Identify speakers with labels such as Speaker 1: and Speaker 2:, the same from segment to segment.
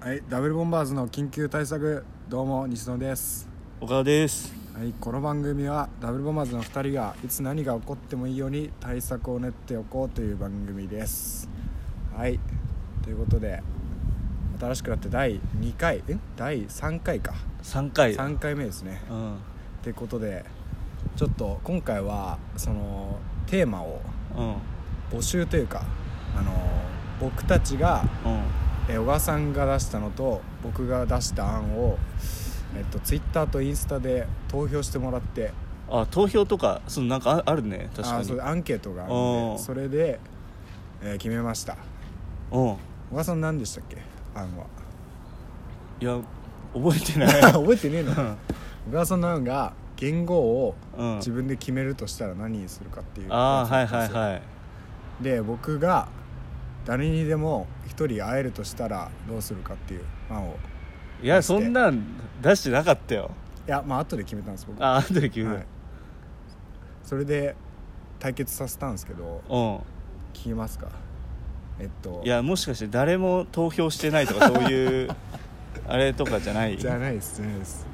Speaker 1: はい、ダブルボンバーズの緊急対策どうも西野です、
Speaker 2: 岡田です
Speaker 1: はい、この番組はダブルボンバーズの2人がいつ何が起こってもいいように対策を練っておこうという番組ですはいということで新しくなって第2回ん第3回か
Speaker 2: 3回
Speaker 1: 3回目ですね
Speaker 2: うん
Speaker 1: ってことでちょっと今回はそのテーマを
Speaker 2: うん
Speaker 1: 募集というかあの僕たちが
Speaker 2: うん
Speaker 1: えー小川さんが出したのと僕が出した案を、えっと、ツイッターとインスタで投票してもらって
Speaker 2: あ投票とかそのなんかああるね確
Speaker 1: あ
Speaker 2: か
Speaker 1: ー
Speaker 2: に
Speaker 1: そううアンケートがある
Speaker 2: お
Speaker 1: の
Speaker 2: ー
Speaker 1: でそれで、えー決めました
Speaker 2: ん
Speaker 1: 小川さん何でしたっけ案 は
Speaker 2: いや覚えてない
Speaker 1: 覚えてねえの 小川さんの案が言語を
Speaker 2: うん
Speaker 1: 自分で決めるとしたら何にするかっていう
Speaker 2: ああはい
Speaker 1: やつだ
Speaker 2: は
Speaker 1: ったんで
Speaker 2: い
Speaker 1: すよ
Speaker 2: はい
Speaker 1: で僕が誰にでも一人会えるとしたらどうするかっていう案を
Speaker 2: いやそんなん出してなかったよ
Speaker 1: いやまあ後で決めたんです僕
Speaker 2: ああとで決める、
Speaker 1: はい、それで対決させたんですけど聞きますかえっと
Speaker 2: うんいやもしかして誰も投票してないとかそう いうあれとかじゃない
Speaker 1: じゃないですじゃないです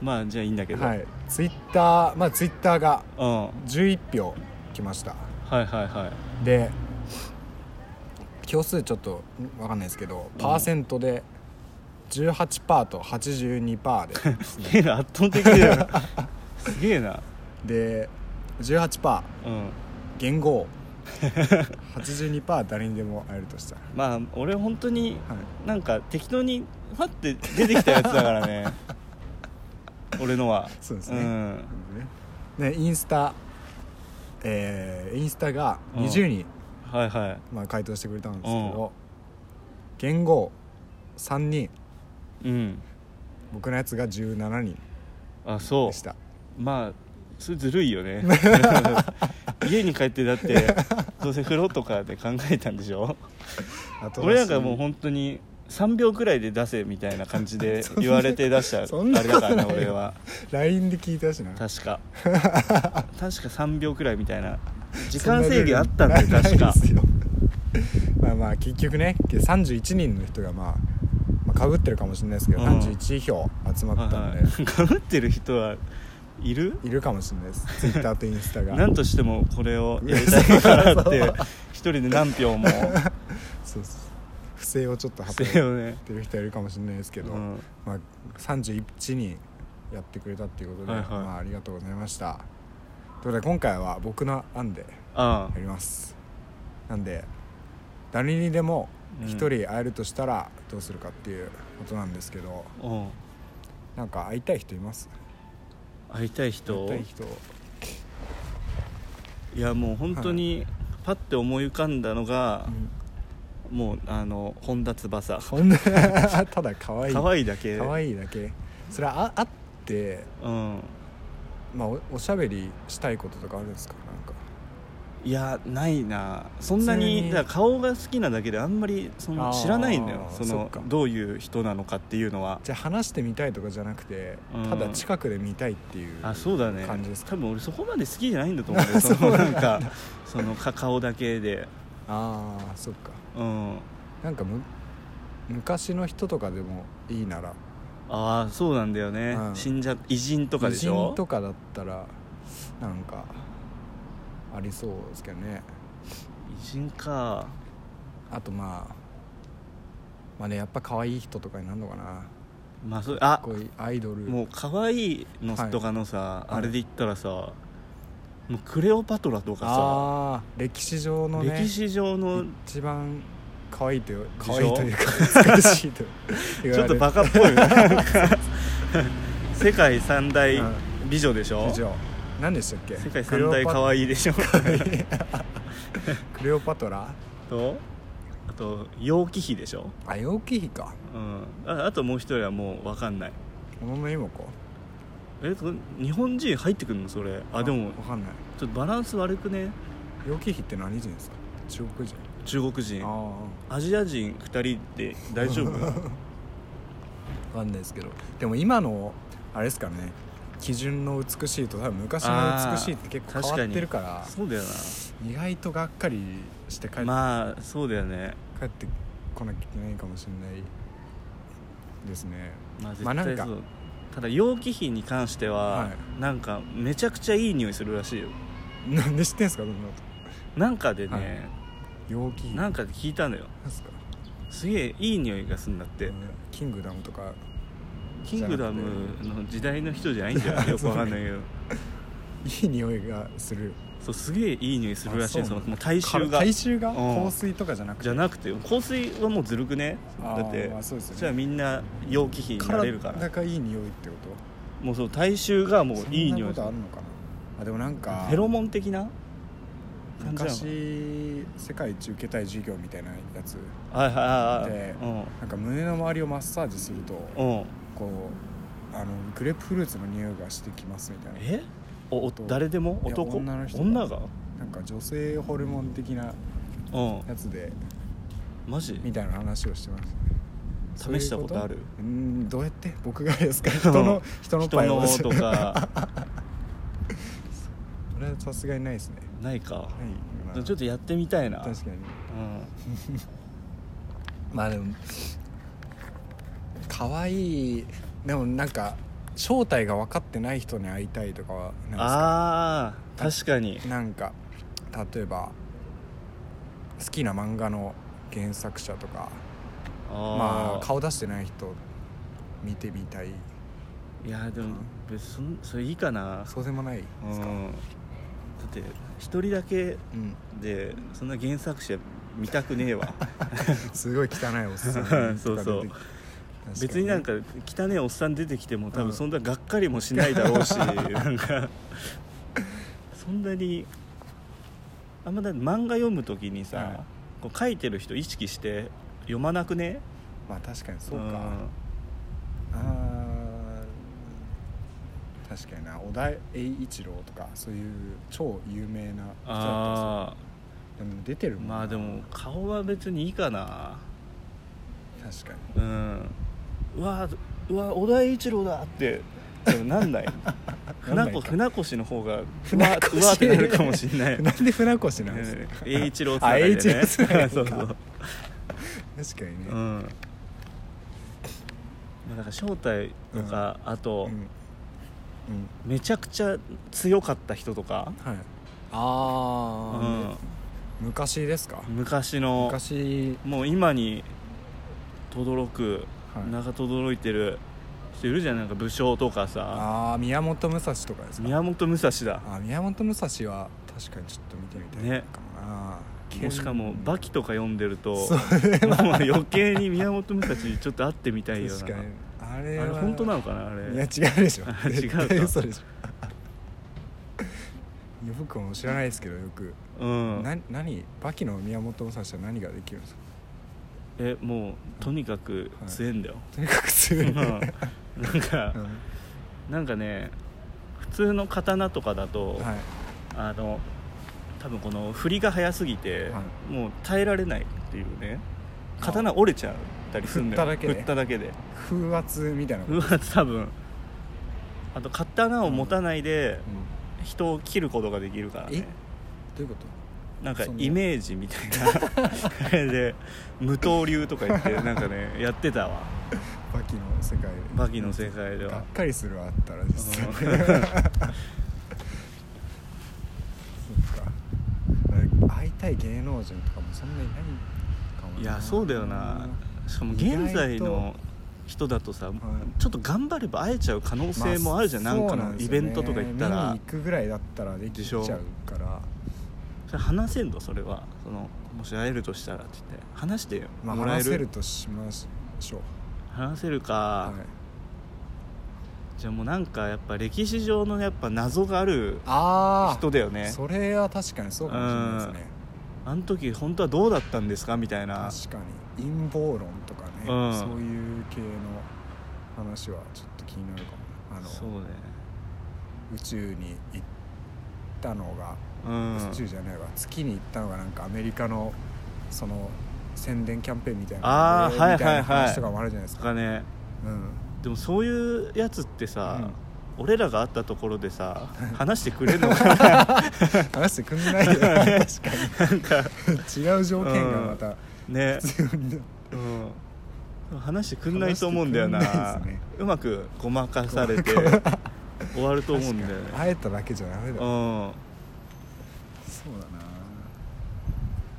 Speaker 2: まあじゃあいいんだけど、
Speaker 1: はいツイッターまあツイッターが
Speaker 2: うんはい
Speaker 1: 11票来ました
Speaker 2: はいはい
Speaker 1: で票数ちょっと分かんないですけどパーセントで18%と82%で
Speaker 2: す げえな圧倒的だよ すげえな
Speaker 1: で18%
Speaker 2: うん
Speaker 1: 言語82%誰にでも会えるとしたら
Speaker 2: まあ俺本当に
Speaker 1: はい
Speaker 2: なんか適当にファって出てきたやつだか らね俺のは
Speaker 1: そうですね
Speaker 2: ん、
Speaker 1: ね、インスタ、えーインスタが
Speaker 2: うん
Speaker 1: 20人、
Speaker 2: はいはい
Speaker 1: まあ、回答してくれたんですけど、言語3人
Speaker 2: うん
Speaker 1: 僕のやつが17人
Speaker 2: あそ
Speaker 1: でした
Speaker 2: うまあそれずるいよ ね家に帰ってだってどうせ風呂とかで考えたんでしょ
Speaker 1: あと
Speaker 2: 俺なんかもう本当に3秒くらいで出せみたいな感 じで言われて出した
Speaker 1: そんな
Speaker 2: あれだからね
Speaker 1: そんなことない
Speaker 2: 俺
Speaker 1: よ
Speaker 2: は
Speaker 1: LINE で聞いたしな
Speaker 2: 確 か確か3秒くらいみたいな時間制限あったんだよ確か
Speaker 1: そんなルールないですよ まあまあ結局ね31人の人がまあまあ、被ってるかもしれないですけど、
Speaker 2: うん
Speaker 1: 31票集まったんで、
Speaker 2: かぶってる人はいる
Speaker 1: いるかもしれないですツイッターとインスタが
Speaker 2: 何としてもこれをやりたいからって一人で何票 も
Speaker 1: そうそう不正をちょっと発表
Speaker 2: せよね
Speaker 1: やってる人いるかもしれないですけど、
Speaker 2: うん
Speaker 1: まあ、31人やってくれたっていうことで、
Speaker 2: はいはい
Speaker 1: まあ、ありがとうございましたということで今回は僕の案で
Speaker 2: あ
Speaker 1: やりますなんで誰にでも
Speaker 2: うん
Speaker 1: 1人会えるとしたらどうするかっていうことなんですけど
Speaker 2: あうん
Speaker 1: なんか会いたい人います
Speaker 2: 会いたい人
Speaker 1: 会いたい人
Speaker 2: いやもう本当にパッて思い浮かんだのが
Speaker 1: う、ん
Speaker 2: もうあの本田翼
Speaker 1: こんな ただ可愛い
Speaker 2: 可愛いだけ
Speaker 1: 可愛いだけそれはあ会って、
Speaker 2: うん
Speaker 1: まあ、おおしゃべりしたいこととかあるんですかなんか
Speaker 2: いやないなそんな
Speaker 1: 普通
Speaker 2: に
Speaker 1: に
Speaker 2: だから顔が好きなだけであんまりその
Speaker 1: あー
Speaker 2: 知らないんだよそ
Speaker 1: そ
Speaker 2: の
Speaker 1: っか
Speaker 2: どういう人なのかっていうのは
Speaker 1: じゃあ話してみたいとかじゃなくて、
Speaker 2: うん
Speaker 1: ただ近くで見たいっていう
Speaker 2: あそうだね
Speaker 1: 感じですか
Speaker 2: 多分俺そこまで好きじゃないんだと思うん だよそのなんかそのか顔だけで
Speaker 1: ああそっか
Speaker 2: うん
Speaker 1: なんかむ昔の人とかでもいいなら
Speaker 2: ああそうなんだよね、
Speaker 1: うん
Speaker 2: 死んじゃ偉人とか
Speaker 1: 偉
Speaker 2: でしょ
Speaker 1: 人とかだったらなんかありそうですけどね
Speaker 2: 偉人か
Speaker 1: あとまあまあねやっぱ可愛い人とかになるのかな
Speaker 2: まあそれあ
Speaker 1: こういうアイドル
Speaker 2: もう可愛いの
Speaker 1: はい
Speaker 2: とかのさ、
Speaker 1: い
Speaker 2: あれで言ったらさもうクレオパトラとか
Speaker 1: ああ歴史上
Speaker 2: さ、
Speaker 1: のね
Speaker 2: 歴史上の
Speaker 1: 一番可愛いという
Speaker 2: でし
Speaker 1: 可
Speaker 2: ょ
Speaker 1: 愛いというか難しいと言わ
Speaker 2: ちょ
Speaker 1: れる
Speaker 2: っとバカっぽいよねなんか 世界三大
Speaker 1: うん
Speaker 2: 美女でしょ、
Speaker 1: 以上何でしたっけ
Speaker 2: 世界三大可
Speaker 1: い
Speaker 2: 愛いでしょ
Speaker 1: クレオパトラ
Speaker 2: とあと楊貴妃でしょ、
Speaker 1: あ陽気比か
Speaker 2: うん、ああともう一人はもう分かんない
Speaker 1: 小野妹子
Speaker 2: えこれ日本人入ってくるのそれあでも
Speaker 1: 分かんない
Speaker 2: ちょっとバランス悪くね
Speaker 1: 陽気比って何人ですか中国人
Speaker 2: 中国人
Speaker 1: あ
Speaker 2: アジア人2人って大 丈夫
Speaker 1: あ分かんないですけどでも今のあれですからね基準の美しいと多分昔の美しいって結構
Speaker 2: あー
Speaker 1: 変わってるから
Speaker 2: そうだよ
Speaker 1: 意外とがっかりして帰,、
Speaker 2: なまあそうだよね
Speaker 1: 帰ってこなきゃいけないかもしれないですね
Speaker 2: まあ絶
Speaker 1: まあなん
Speaker 2: 対
Speaker 1: か
Speaker 2: そう、ただ容器費に関しては、
Speaker 1: は
Speaker 2: なんかめちゃくちゃいい匂いするらしいよ
Speaker 1: なんで知ってんすかそんなこ
Speaker 2: なんかでね、
Speaker 1: はいと陽気
Speaker 2: なんんかで聞いたのよ
Speaker 1: ですか
Speaker 2: すげえいい匂いがするんだって、
Speaker 1: うんキングダムとか
Speaker 2: キングダムの時代の人じゃないんだ よよくわかんないけど
Speaker 1: いい匂いがする
Speaker 2: そうすげえいい匂いするらしい
Speaker 1: あ
Speaker 2: そ
Speaker 1: そう
Speaker 2: の
Speaker 1: なの
Speaker 2: もう体臭が
Speaker 1: 体臭が
Speaker 2: うん
Speaker 1: 香水とかじゃなくて
Speaker 2: じゃなくて香水はもうずるくね
Speaker 1: あ
Speaker 2: だ
Speaker 1: ー
Speaker 2: って
Speaker 1: まあそうですよね
Speaker 2: じゃあみんな容器費になれるから
Speaker 1: 体がいい匂いってこと
Speaker 2: もうそう体臭がもういい
Speaker 1: そんな
Speaker 2: 匂
Speaker 1: こ
Speaker 2: いす
Speaker 1: と
Speaker 2: る
Speaker 1: あるのかなあでもなんか
Speaker 2: フェロモン的な感じなの
Speaker 1: 昔世界一受けたい授業みたいなやつ
Speaker 2: はいはいはい
Speaker 1: でなんか胸の周りをマッサージすると
Speaker 2: うんうん
Speaker 1: こうあのグレープフルーツの匂いがしてきますみたいな
Speaker 2: えおお
Speaker 1: と
Speaker 2: 誰でも
Speaker 1: いや
Speaker 2: 男
Speaker 1: 女の人が
Speaker 2: が
Speaker 1: なんか女性ホルモン的な
Speaker 2: う
Speaker 1: やつで
Speaker 2: んマジ
Speaker 1: みたいな話をしてます
Speaker 2: 試したことある
Speaker 1: そういううーんどうやって僕がです か人の人の
Speaker 2: 人
Speaker 1: パイを
Speaker 2: のとか
Speaker 1: これはさすがにないですね
Speaker 2: ないか
Speaker 1: はいまあ
Speaker 2: ちょっとやってみたいな
Speaker 1: 確かに
Speaker 2: うん
Speaker 1: まあでも可愛いでもなんか正体が分かってない人に会いたいとかはないですか
Speaker 2: ああ確かに
Speaker 1: なんか例えば好きな漫画の原作者とかまあ
Speaker 2: ああ
Speaker 1: 顔出してない人見てみたい
Speaker 2: いやでも別にそんそれいいかな
Speaker 1: そうでもないで
Speaker 2: うん
Speaker 1: すか、
Speaker 2: だって一人だけ
Speaker 1: うん、
Speaker 2: でそんな原作者見た くねえわ
Speaker 1: すごい汚いおっさんとか 出て
Speaker 2: そうそ
Speaker 1: 確か
Speaker 2: う
Speaker 1: ね
Speaker 2: 別になんか汚ねえおっさん出てきても多
Speaker 1: うん
Speaker 2: 分そんながっかりもしないだろ うしなんかそんなにあんまだって漫画読む時にさ、
Speaker 1: はい
Speaker 2: こう書いてる人意識して読まなくね
Speaker 1: まあ確かにそうか、あー確かにな小田栄一郎とかそういう超有名な人だった
Speaker 2: ああ
Speaker 1: んですよでも出てるもんな
Speaker 2: まあでも顔は別にいいかな
Speaker 1: 確かに
Speaker 2: うんうわうわ小田栄一郎だってでもなんない
Speaker 1: な
Speaker 2: 船
Speaker 1: ん ない
Speaker 2: 越
Speaker 1: か
Speaker 2: 船越の方がうわ
Speaker 1: 船越
Speaker 2: うわってなるかもしんない
Speaker 1: なんで船越なんですか
Speaker 2: ね栄一郎つなが
Speaker 1: あ栄
Speaker 2: り
Speaker 1: 一
Speaker 2: で
Speaker 1: 郎
Speaker 2: ね
Speaker 1: つな がりか
Speaker 2: そうそう
Speaker 1: 確かにね、
Speaker 2: うん
Speaker 1: うん
Speaker 2: まあだから正体とか、あと、
Speaker 1: うん
Speaker 2: めちゃくちゃ強かった人とか、
Speaker 1: はいあー、昔ですか
Speaker 2: うん、昔の
Speaker 1: 昔
Speaker 2: もう今にとどろく、
Speaker 1: はい
Speaker 2: 名がとどろいてる人いるじゃんなんか武将とかさ
Speaker 1: ああ宮本武蔵とかですか
Speaker 2: 宮本武蔵だ
Speaker 1: あー宮本武蔵は確かにちょっと見てみたい
Speaker 2: ね
Speaker 1: かもな、
Speaker 2: もうしかも「バキ」とか読んでるとも
Speaker 1: そう
Speaker 2: 余計に宮本武蔵ちょっと会ってみたいよな
Speaker 1: 確かにあ
Speaker 2: あ
Speaker 1: れ
Speaker 2: れ
Speaker 1: は
Speaker 2: 本当なのかなあ
Speaker 1: いや違
Speaker 2: れ
Speaker 1: うで しょ
Speaker 2: 違う
Speaker 1: 絶対
Speaker 2: か
Speaker 1: 嘘でしょ いや僕も知らないですけどよく、
Speaker 2: うん
Speaker 1: な何バキの宮本武蔵は何ができるん ですか
Speaker 2: えもうとにかく強えんだよ、
Speaker 1: とにかく強い、う
Speaker 2: う
Speaker 1: んん
Speaker 2: なんか、なんかね普通の刀とかだと、
Speaker 1: はい
Speaker 2: あの多分この振りが早すぎて、
Speaker 1: は
Speaker 2: もう耐えられないっていうね刀折れちゃったりするんだよ
Speaker 1: 振っただけで
Speaker 2: 振っただけで
Speaker 1: 風圧みたいなこと、
Speaker 2: うわ多分あと刀を持たないで
Speaker 1: うん
Speaker 2: 人を切ることができるからね
Speaker 1: どういうこ
Speaker 2: なんか
Speaker 1: そんな
Speaker 2: イメージみたいな あれで無刀流とか言ってなんかねやってたわ
Speaker 1: とバキの世界で
Speaker 2: バキの世界で
Speaker 1: が
Speaker 2: は
Speaker 1: っかりするわあったらですねそっか会いたい芸能人とかもそんなにないかもない
Speaker 2: やそうだよなしかも現在の人だとさ、ちょっと頑張れば会えちゃう可能性もあるじゃん、
Speaker 1: ま
Speaker 2: なんか
Speaker 1: そう
Speaker 2: の
Speaker 1: です
Speaker 2: イ
Speaker 1: よ
Speaker 2: ベ
Speaker 1: ね
Speaker 2: ントとか行ったら
Speaker 1: 見に行くぐらいだったらできちゃうから
Speaker 2: それ話せんのそれはそのもし会えるとしたらって言って話して
Speaker 1: まあ
Speaker 2: もらえる,、
Speaker 1: 話せるとしましょう
Speaker 2: 話せるか、
Speaker 1: はい
Speaker 2: じゃあもうなんかやっぱ歴史上のやっぱ謎がある
Speaker 1: あ
Speaker 2: 人だよね
Speaker 1: それは確かにそうかもしれないですね
Speaker 2: あの時本当はどうだったんですかみたいな
Speaker 1: 確かに陰謀論とかね、
Speaker 2: うん
Speaker 1: そういう系の話はちょっと気になるかもあの
Speaker 2: そうだよね
Speaker 1: 宇宙に行ったのが、
Speaker 2: うん
Speaker 1: 宇宙じゃないわ月に行ったのがなんかアメリカのその宣伝キャンペーンみたいな
Speaker 2: あー
Speaker 1: ので
Speaker 2: はい
Speaker 1: みたい
Speaker 2: はいはい
Speaker 1: な話とかもあるじゃないです
Speaker 2: と
Speaker 1: か、
Speaker 2: かね
Speaker 1: うん
Speaker 2: でもそういうやつってさ、俺らが会ったところで さ話してくれるのかな
Speaker 1: 話してくんないよ確か
Speaker 2: なんか
Speaker 1: に違う条件がまた
Speaker 2: ね、
Speaker 1: 必要になる
Speaker 2: うん、話してくんないと思うんだよな
Speaker 1: 話してくんないですね
Speaker 2: うまくごまかさ れて終わると思うんだよね
Speaker 1: 確かに会えただけじゃダメだよ
Speaker 2: うん
Speaker 1: そうだ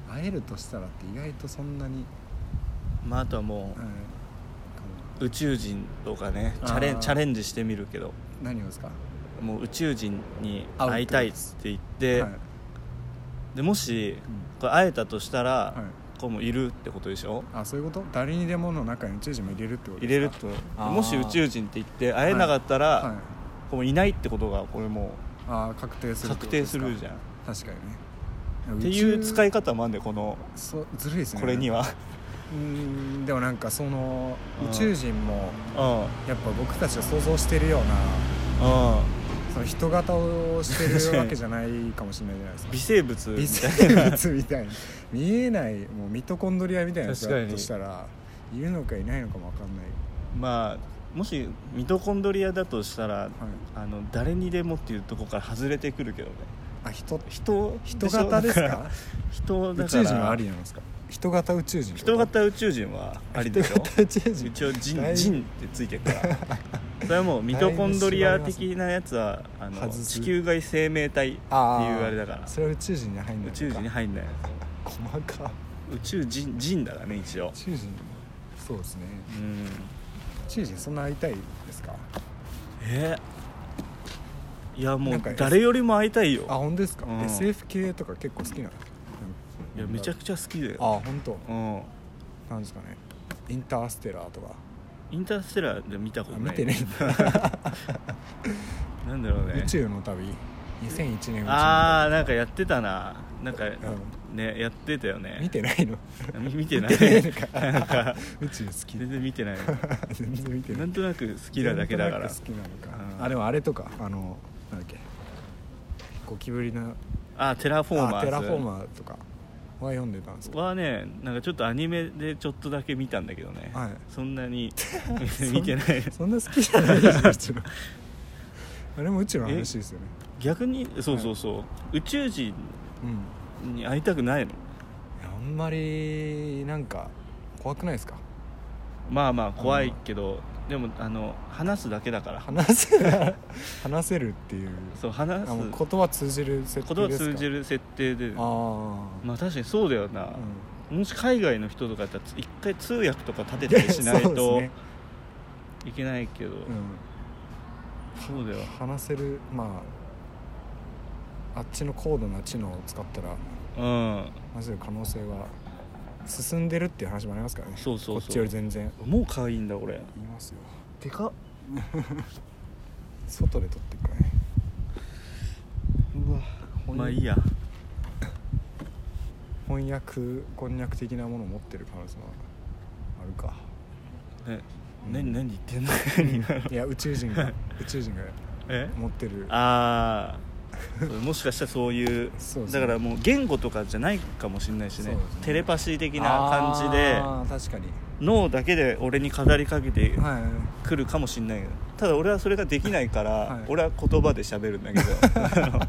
Speaker 1: な会えるとしたらって意外とそんなに、
Speaker 2: まああとはも
Speaker 1: うん、かも
Speaker 2: う宇宙人とかねチャレ
Speaker 1: あー
Speaker 2: ンチャレンジしてみるけど
Speaker 1: 何をですか
Speaker 2: もう宇宙人に会いたいっつって言って、
Speaker 1: はい
Speaker 2: でもし
Speaker 1: うん
Speaker 2: これ会えたとしたら、
Speaker 1: はい、
Speaker 2: こうもういるってことでしょ
Speaker 1: あそういうこと誰にでもの中に宇宙人も入れるってこと
Speaker 2: 入
Speaker 1: ですか
Speaker 2: れると
Speaker 1: あー
Speaker 2: もし宇宙人って言って会えなかったら、
Speaker 1: はい、
Speaker 2: こういないってことがこれも
Speaker 1: あー確定す
Speaker 2: う
Speaker 1: るってこ
Speaker 2: 確
Speaker 1: とで
Speaker 2: 定
Speaker 1: す
Speaker 2: す
Speaker 1: か
Speaker 2: るじゃんっ
Speaker 1: 確かにね
Speaker 2: ていう使
Speaker 1: い
Speaker 2: い方もあんだよこの
Speaker 1: そうずるいですね
Speaker 2: これには
Speaker 1: うーんでもなんかその
Speaker 2: うん
Speaker 1: 宇宙人も
Speaker 2: うん
Speaker 1: やっぱ僕たちが想像してるような
Speaker 2: うん
Speaker 1: その人型をして
Speaker 2: 確か
Speaker 1: る
Speaker 2: に
Speaker 1: わけじゃないかもしれないじゃないですか
Speaker 2: 微生物み
Speaker 1: 微
Speaker 2: たいな
Speaker 1: 生物みたいな見えないもうミトコンドリアみたいなやつ
Speaker 2: 確か
Speaker 1: だ
Speaker 2: に
Speaker 1: としたらいるのかいないのかも分かんない、
Speaker 2: まあもしミトコンドリアだとしたら
Speaker 1: はい、
Speaker 2: あの誰にでもっていうとこから外れてくるけどね
Speaker 1: あ人
Speaker 2: 人
Speaker 1: 人型です
Speaker 2: だら
Speaker 1: か
Speaker 2: 人だ
Speaker 1: 宇
Speaker 2: か
Speaker 1: 宙
Speaker 2: ら
Speaker 1: 人はありなんですか人型宇宙人ってこ
Speaker 2: 人
Speaker 1: と
Speaker 2: 型宇宙人はありでしょ
Speaker 1: 人型宇宙人
Speaker 2: 一応人
Speaker 1: だいぶ
Speaker 2: 人ってついてるから それはもうミトコンドリア的なやつはあの
Speaker 1: 外す
Speaker 2: 地球外生命体っていう
Speaker 1: あー
Speaker 2: あれだから
Speaker 1: それは宇宙人に入んない
Speaker 2: 宇
Speaker 1: のか
Speaker 2: 宙人に入んない
Speaker 1: 細か
Speaker 2: 宇宙人人だからね一応
Speaker 1: 宇宙人そうですね
Speaker 2: うん
Speaker 1: 宇宙人そんな会いたいですか
Speaker 2: えいやも
Speaker 1: な
Speaker 2: うん
Speaker 1: か S-
Speaker 2: 誰よりも会いたいよ
Speaker 1: あ本当ですか、
Speaker 2: うん
Speaker 1: SF 系とか結構好きなの
Speaker 2: いやめちゃく
Speaker 1: ち
Speaker 2: ちゃ好きだよ
Speaker 1: あ本当
Speaker 2: うん
Speaker 1: なんですかねインターステラーとか
Speaker 2: インターステラーで見たこと
Speaker 1: あ
Speaker 2: ない
Speaker 1: 見てね
Speaker 2: なんだろうね
Speaker 1: 宇宙の旅2001年宇宙の旅
Speaker 2: ああなんかやってたななんか
Speaker 1: う
Speaker 2: ねやってたよね
Speaker 1: 見てないの
Speaker 2: み 見てない
Speaker 1: 見てないのか
Speaker 2: なんか
Speaker 1: 宇宙好き
Speaker 2: 全然見てない
Speaker 1: 全然見てな
Speaker 2: ないんとなく好きなだけだから
Speaker 1: なんとなく好きなのか、
Speaker 2: うん
Speaker 1: あでもあれとかあのなんだっけゴキブリの
Speaker 2: あテラフォーマー
Speaker 1: あ
Speaker 2: ズ
Speaker 1: テラフォーマーとかは読んでたんですけど
Speaker 2: はねなんかちょっとアニメでちょっとだけ見たんだけどね、
Speaker 1: はい
Speaker 2: そん なに 見てない
Speaker 1: そん な好きじゃないです宇宙の あれも宇宙の話ですよね
Speaker 2: 逆にそうそうそう、宇宙人
Speaker 1: うんい
Speaker 2: に会いたくないの
Speaker 1: やあんまりなんか怖くないですか
Speaker 2: まあまあ怖いけど、でもあの話すだけだから
Speaker 1: 話せ 話せるっていう
Speaker 2: そう話す
Speaker 1: あもう言葉通じる設
Speaker 2: こと
Speaker 1: 定
Speaker 2: は
Speaker 1: ですか
Speaker 2: 通じる設定で
Speaker 1: ああ、
Speaker 2: まあ確かにそうだよな、
Speaker 1: う
Speaker 2: もし海外の人とかだったら一回通訳とか立てたりしない
Speaker 1: そう
Speaker 2: と
Speaker 1: ですね
Speaker 2: いけないけどそう,、
Speaker 1: う
Speaker 2: だよ
Speaker 1: ん、話せるまああっちの高度な知能を使ったら
Speaker 2: うん
Speaker 1: マジで可能性は進んでるっていう話もありますからね
Speaker 2: そうそうそう
Speaker 1: こっちより全然
Speaker 2: もう可愛いんだこれ
Speaker 1: いますよ
Speaker 2: でかっ
Speaker 1: 外で撮っていくからね
Speaker 2: うわまあいいや
Speaker 1: 翻訳こんにゃく的なものを持ってる可能性もあるか
Speaker 2: ね、
Speaker 1: うん
Speaker 2: 何何言ってんの何今の
Speaker 1: いや宇宙人 が宇宙人が
Speaker 2: え
Speaker 1: 持ってる
Speaker 2: ああもしかしたらそういう
Speaker 1: そうです
Speaker 2: だ
Speaker 1: ね
Speaker 2: からもう言語とかじゃないかもしれないしね
Speaker 1: そうですね
Speaker 2: テレパシー的な感じで
Speaker 1: あー確かに
Speaker 2: 脳だけで俺に語りかけて
Speaker 1: はい
Speaker 2: くるかもしれないけどただ俺はそれができないから、
Speaker 1: はい
Speaker 2: 俺は言葉で喋るん だけどあの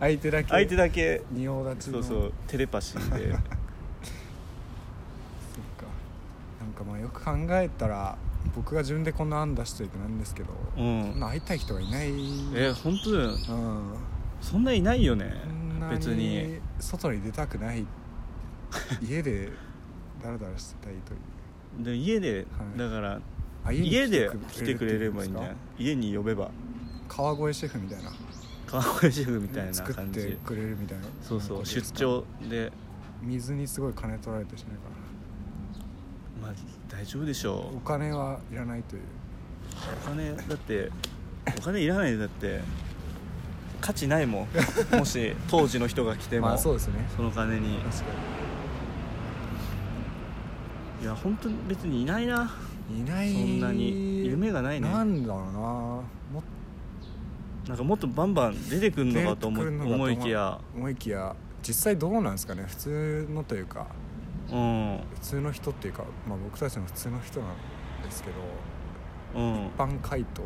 Speaker 1: 相手だけ
Speaker 2: 相手だけ
Speaker 1: 仁王立ち
Speaker 2: そ
Speaker 1: の
Speaker 2: うそうテレパシーで
Speaker 1: そっかなんかまあよく考えたら僕が自分でこんな案出しといてなんですけど、
Speaker 2: うん
Speaker 1: そな会いたい人がいない
Speaker 2: え本当だよ
Speaker 1: うん
Speaker 2: そんないないよね
Speaker 1: そんな
Speaker 2: 別に
Speaker 1: 外に出たくない家でダラダラしてたいという
Speaker 2: で家で、
Speaker 1: はい
Speaker 2: だから
Speaker 1: あ
Speaker 2: 家
Speaker 1: に
Speaker 2: で
Speaker 1: 来
Speaker 2: 来てくれればいいんじゃ
Speaker 1: っ
Speaker 2: ん
Speaker 1: てこ
Speaker 2: 家に呼べば
Speaker 1: とですか川越シェフみたいな
Speaker 2: 川越シェフみたいな
Speaker 1: 作っ
Speaker 2: 感
Speaker 1: て
Speaker 2: じ
Speaker 1: くれるみたいな
Speaker 2: そうそ
Speaker 1: な
Speaker 2: うん
Speaker 1: かど
Speaker 2: 出
Speaker 1: ですか
Speaker 2: 張で
Speaker 1: 水にすごい金取られてしないか
Speaker 2: まあ大丈夫でし
Speaker 1: ら
Speaker 2: ょ
Speaker 1: お
Speaker 2: う
Speaker 1: 金はいらないという
Speaker 2: お金だ ってお金いらないだって価値ないも んもし当時の人が来ても、
Speaker 1: まあそうですね
Speaker 2: その金に
Speaker 1: 確か
Speaker 2: いや本当に別にいないな
Speaker 1: にいない
Speaker 2: そんなに夢がないね
Speaker 1: なんだろうなもっ
Speaker 2: なんかもっとバンバン出てくんのかと思
Speaker 1: 出てくるのかと
Speaker 2: 思いきや
Speaker 1: 思いきや実際どうなんですかね普通のというか
Speaker 2: うん
Speaker 1: 普通の人っていうか、まあ、僕たちの普通の人なんですけど
Speaker 2: うん
Speaker 1: 一般回答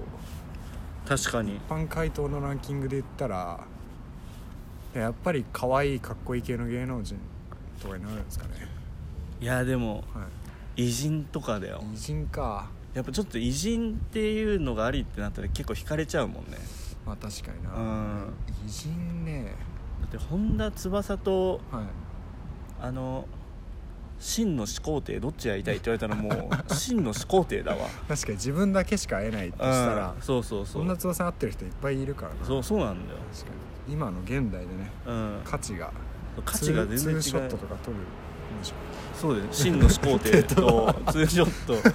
Speaker 2: 確かに
Speaker 1: 一般回答のランキングで言ったらやっぱり可愛いかっこいい系の芸能人とかになるんですかね
Speaker 2: いやでも
Speaker 1: はい
Speaker 2: 偉人とかだよ
Speaker 1: 偉人か
Speaker 2: やっぱちょっと偉人っていうのがありってなったら結構惹かれちゃうもんね
Speaker 1: まあ確かに
Speaker 2: う
Speaker 1: なん偉人ね
Speaker 2: だって本田翼と
Speaker 1: はい
Speaker 2: あの真の始皇帝どっちやりたいって言われたらも う真の始皇帝だわ
Speaker 1: 確かに自分だけしか会えないってしたら
Speaker 2: うんそうそうそ
Speaker 1: そんな
Speaker 2: う
Speaker 1: 翼合ってる人いっぱいいるからな
Speaker 2: そうそうなんだよ、
Speaker 1: 確かに今の現代でね
Speaker 2: うん、
Speaker 1: 価値が
Speaker 2: 価値が全
Speaker 1: ツー
Speaker 2: 然違う
Speaker 1: ツーショットとか撮るんでしょ
Speaker 2: そうだよね真の始皇 帝とツーショット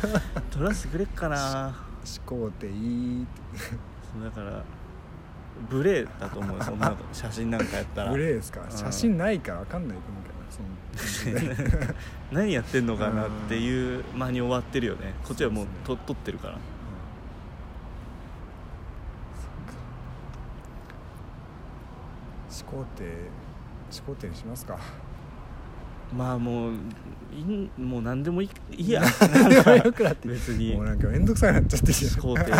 Speaker 2: 取らせてくれっかな
Speaker 1: 思考っていいって
Speaker 2: そうだから無礼だと思うよそんな写真なんかやったら
Speaker 1: グレーですか
Speaker 2: うん
Speaker 1: 写真ないから分かんないと思うけどなその
Speaker 2: 何やってんのかなっていう間に終わってるよねこっちはもう
Speaker 1: そ
Speaker 2: と撮ってるから
Speaker 1: 始皇帝始皇帝にしますか
Speaker 2: まあもういんもう何でもいいいいや
Speaker 1: でもよくなって
Speaker 2: 別に
Speaker 1: もうなんか面倒くさくなっちゃってる
Speaker 2: 始皇 帝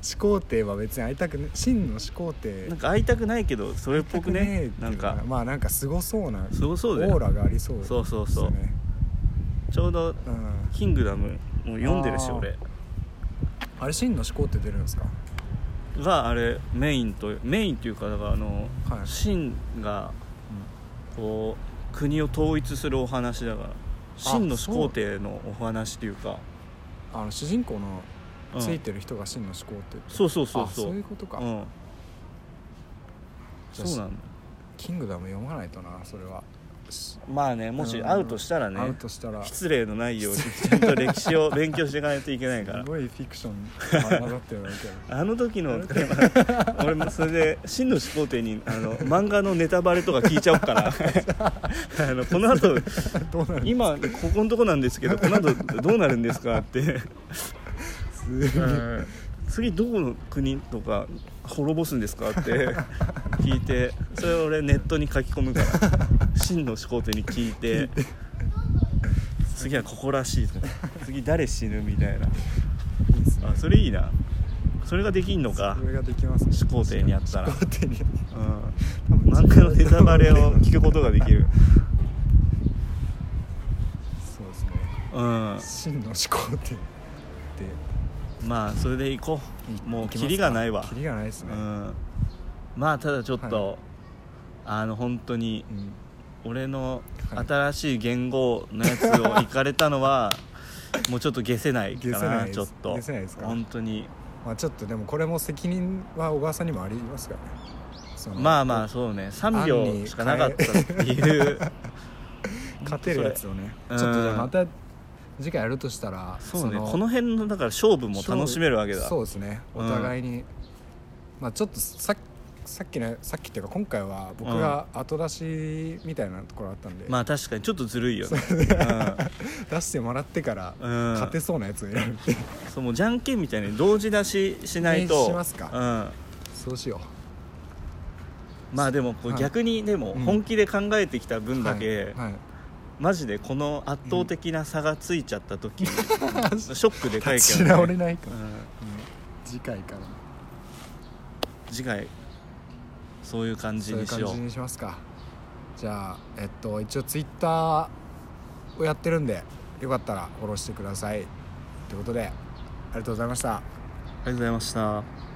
Speaker 1: 始皇帝は別に会いたくね真の始皇帝
Speaker 2: なんか会いたくないけどそれっぽく
Speaker 1: 会
Speaker 2: ね
Speaker 1: いたくえっていう
Speaker 2: なんか
Speaker 1: まあなんかすごそうな
Speaker 2: すごそうだ
Speaker 1: オ
Speaker 2: よ
Speaker 1: ーラがありそうですね
Speaker 2: そうそうそうちょうど
Speaker 1: うん
Speaker 2: 「キングダム」もう読んでるし
Speaker 1: あー
Speaker 2: 俺
Speaker 1: あれ真の始皇帝出るんですか
Speaker 2: があれメインとメインっていうかだからあの
Speaker 1: はい
Speaker 2: 秦がこう国を統一するお話だから秦の始皇帝のお話っていうか
Speaker 1: あの主人公の
Speaker 2: うん
Speaker 1: ついてる人が真の始皇帝
Speaker 2: そうそうそうそ
Speaker 1: あ
Speaker 2: う
Speaker 1: そういうことか、
Speaker 2: うん
Speaker 1: じ
Speaker 2: そ
Speaker 1: ゃあ
Speaker 2: うなんだ
Speaker 1: キングダム読まないとなそれはし
Speaker 2: まあねもし会うとしたら
Speaker 1: 会う
Speaker 2: ね
Speaker 1: としたらす
Speaker 2: 失礼のないようにちゃんと歴史を勉強していかないといけないから
Speaker 1: ごいフィクションが混ざってるわけ ど
Speaker 2: あの時のテーマ俺もそれで真の始皇帝にあの漫画のネタバレとか聞いちゃおうかなあのこの後
Speaker 1: どうなる
Speaker 2: 今ここのとこなんですけどこの後どうなるんですかって
Speaker 1: す
Speaker 2: 次どこの国とか滅ぼすんですかって 聞いてそれを俺ネットに書き込むから真の始皇帝に聞いて次はここらしいとか次誰死ぬみたいなあそれいいなそれができんのか
Speaker 1: それができますね
Speaker 2: 始皇帝にやったら
Speaker 1: 始皇帝にやったら
Speaker 2: うん漫画のネタバレを聞くことができる
Speaker 1: そうですね
Speaker 2: うん
Speaker 1: 真の始皇帝で
Speaker 2: まあそれで行こうもうキリがないわ
Speaker 1: キリがないですね、
Speaker 2: う
Speaker 1: うん
Speaker 2: んまあただちょっと、あの本当に俺の
Speaker 1: はい
Speaker 2: 新しい言語のやつを行かれた のはもうちょっと消せないか
Speaker 1: 解せな
Speaker 2: ない
Speaker 1: です
Speaker 2: ちょっと
Speaker 1: 解せないですか
Speaker 2: 本当に
Speaker 1: まあちょっとでもこれも責任は小川さんにもありますからねその
Speaker 2: まあまあそうね3秒しかなかったっていう
Speaker 1: 勝てるやつをねちょ
Speaker 2: うん
Speaker 1: っとじゃあまた次回やるとしたら
Speaker 2: そうねこの辺のだから勝負も楽しめるわけだ
Speaker 1: そうですね
Speaker 2: うん
Speaker 1: お互いに、まあちょっとささっきねさっきっていうか今回は僕が後出しみたいなところあったんで、
Speaker 2: まあ確かにちょっとずるいよね
Speaker 1: 出してもらってから
Speaker 2: うん
Speaker 1: 勝てそうなやつを選ぶって、
Speaker 2: うんそうもうじゃんけんみたいに同時出ししない
Speaker 1: え
Speaker 2: と
Speaker 1: しますか
Speaker 2: うん
Speaker 1: そうしよ
Speaker 2: まあでもこう
Speaker 1: はい
Speaker 2: 逆にでも
Speaker 1: うん
Speaker 2: 本気で考えてきた
Speaker 1: う
Speaker 2: 分だけ
Speaker 1: はい、はい
Speaker 2: マジでこの圧倒的な差がついちゃった時ショックでかい
Speaker 1: 立ち
Speaker 2: けど
Speaker 1: 直れ
Speaker 2: ね
Speaker 1: ないか
Speaker 2: う
Speaker 1: ら、うん
Speaker 2: ん
Speaker 1: 次回から
Speaker 2: 次回そういう感じ
Speaker 1: そういう
Speaker 2: に
Speaker 1: 感
Speaker 2: し
Speaker 1: じ
Speaker 2: よう
Speaker 1: にしますかじゃあえっと一応ツイッターをやってるんでよかったらフォローしてくださいということでありがとうございました
Speaker 2: ありがとうございました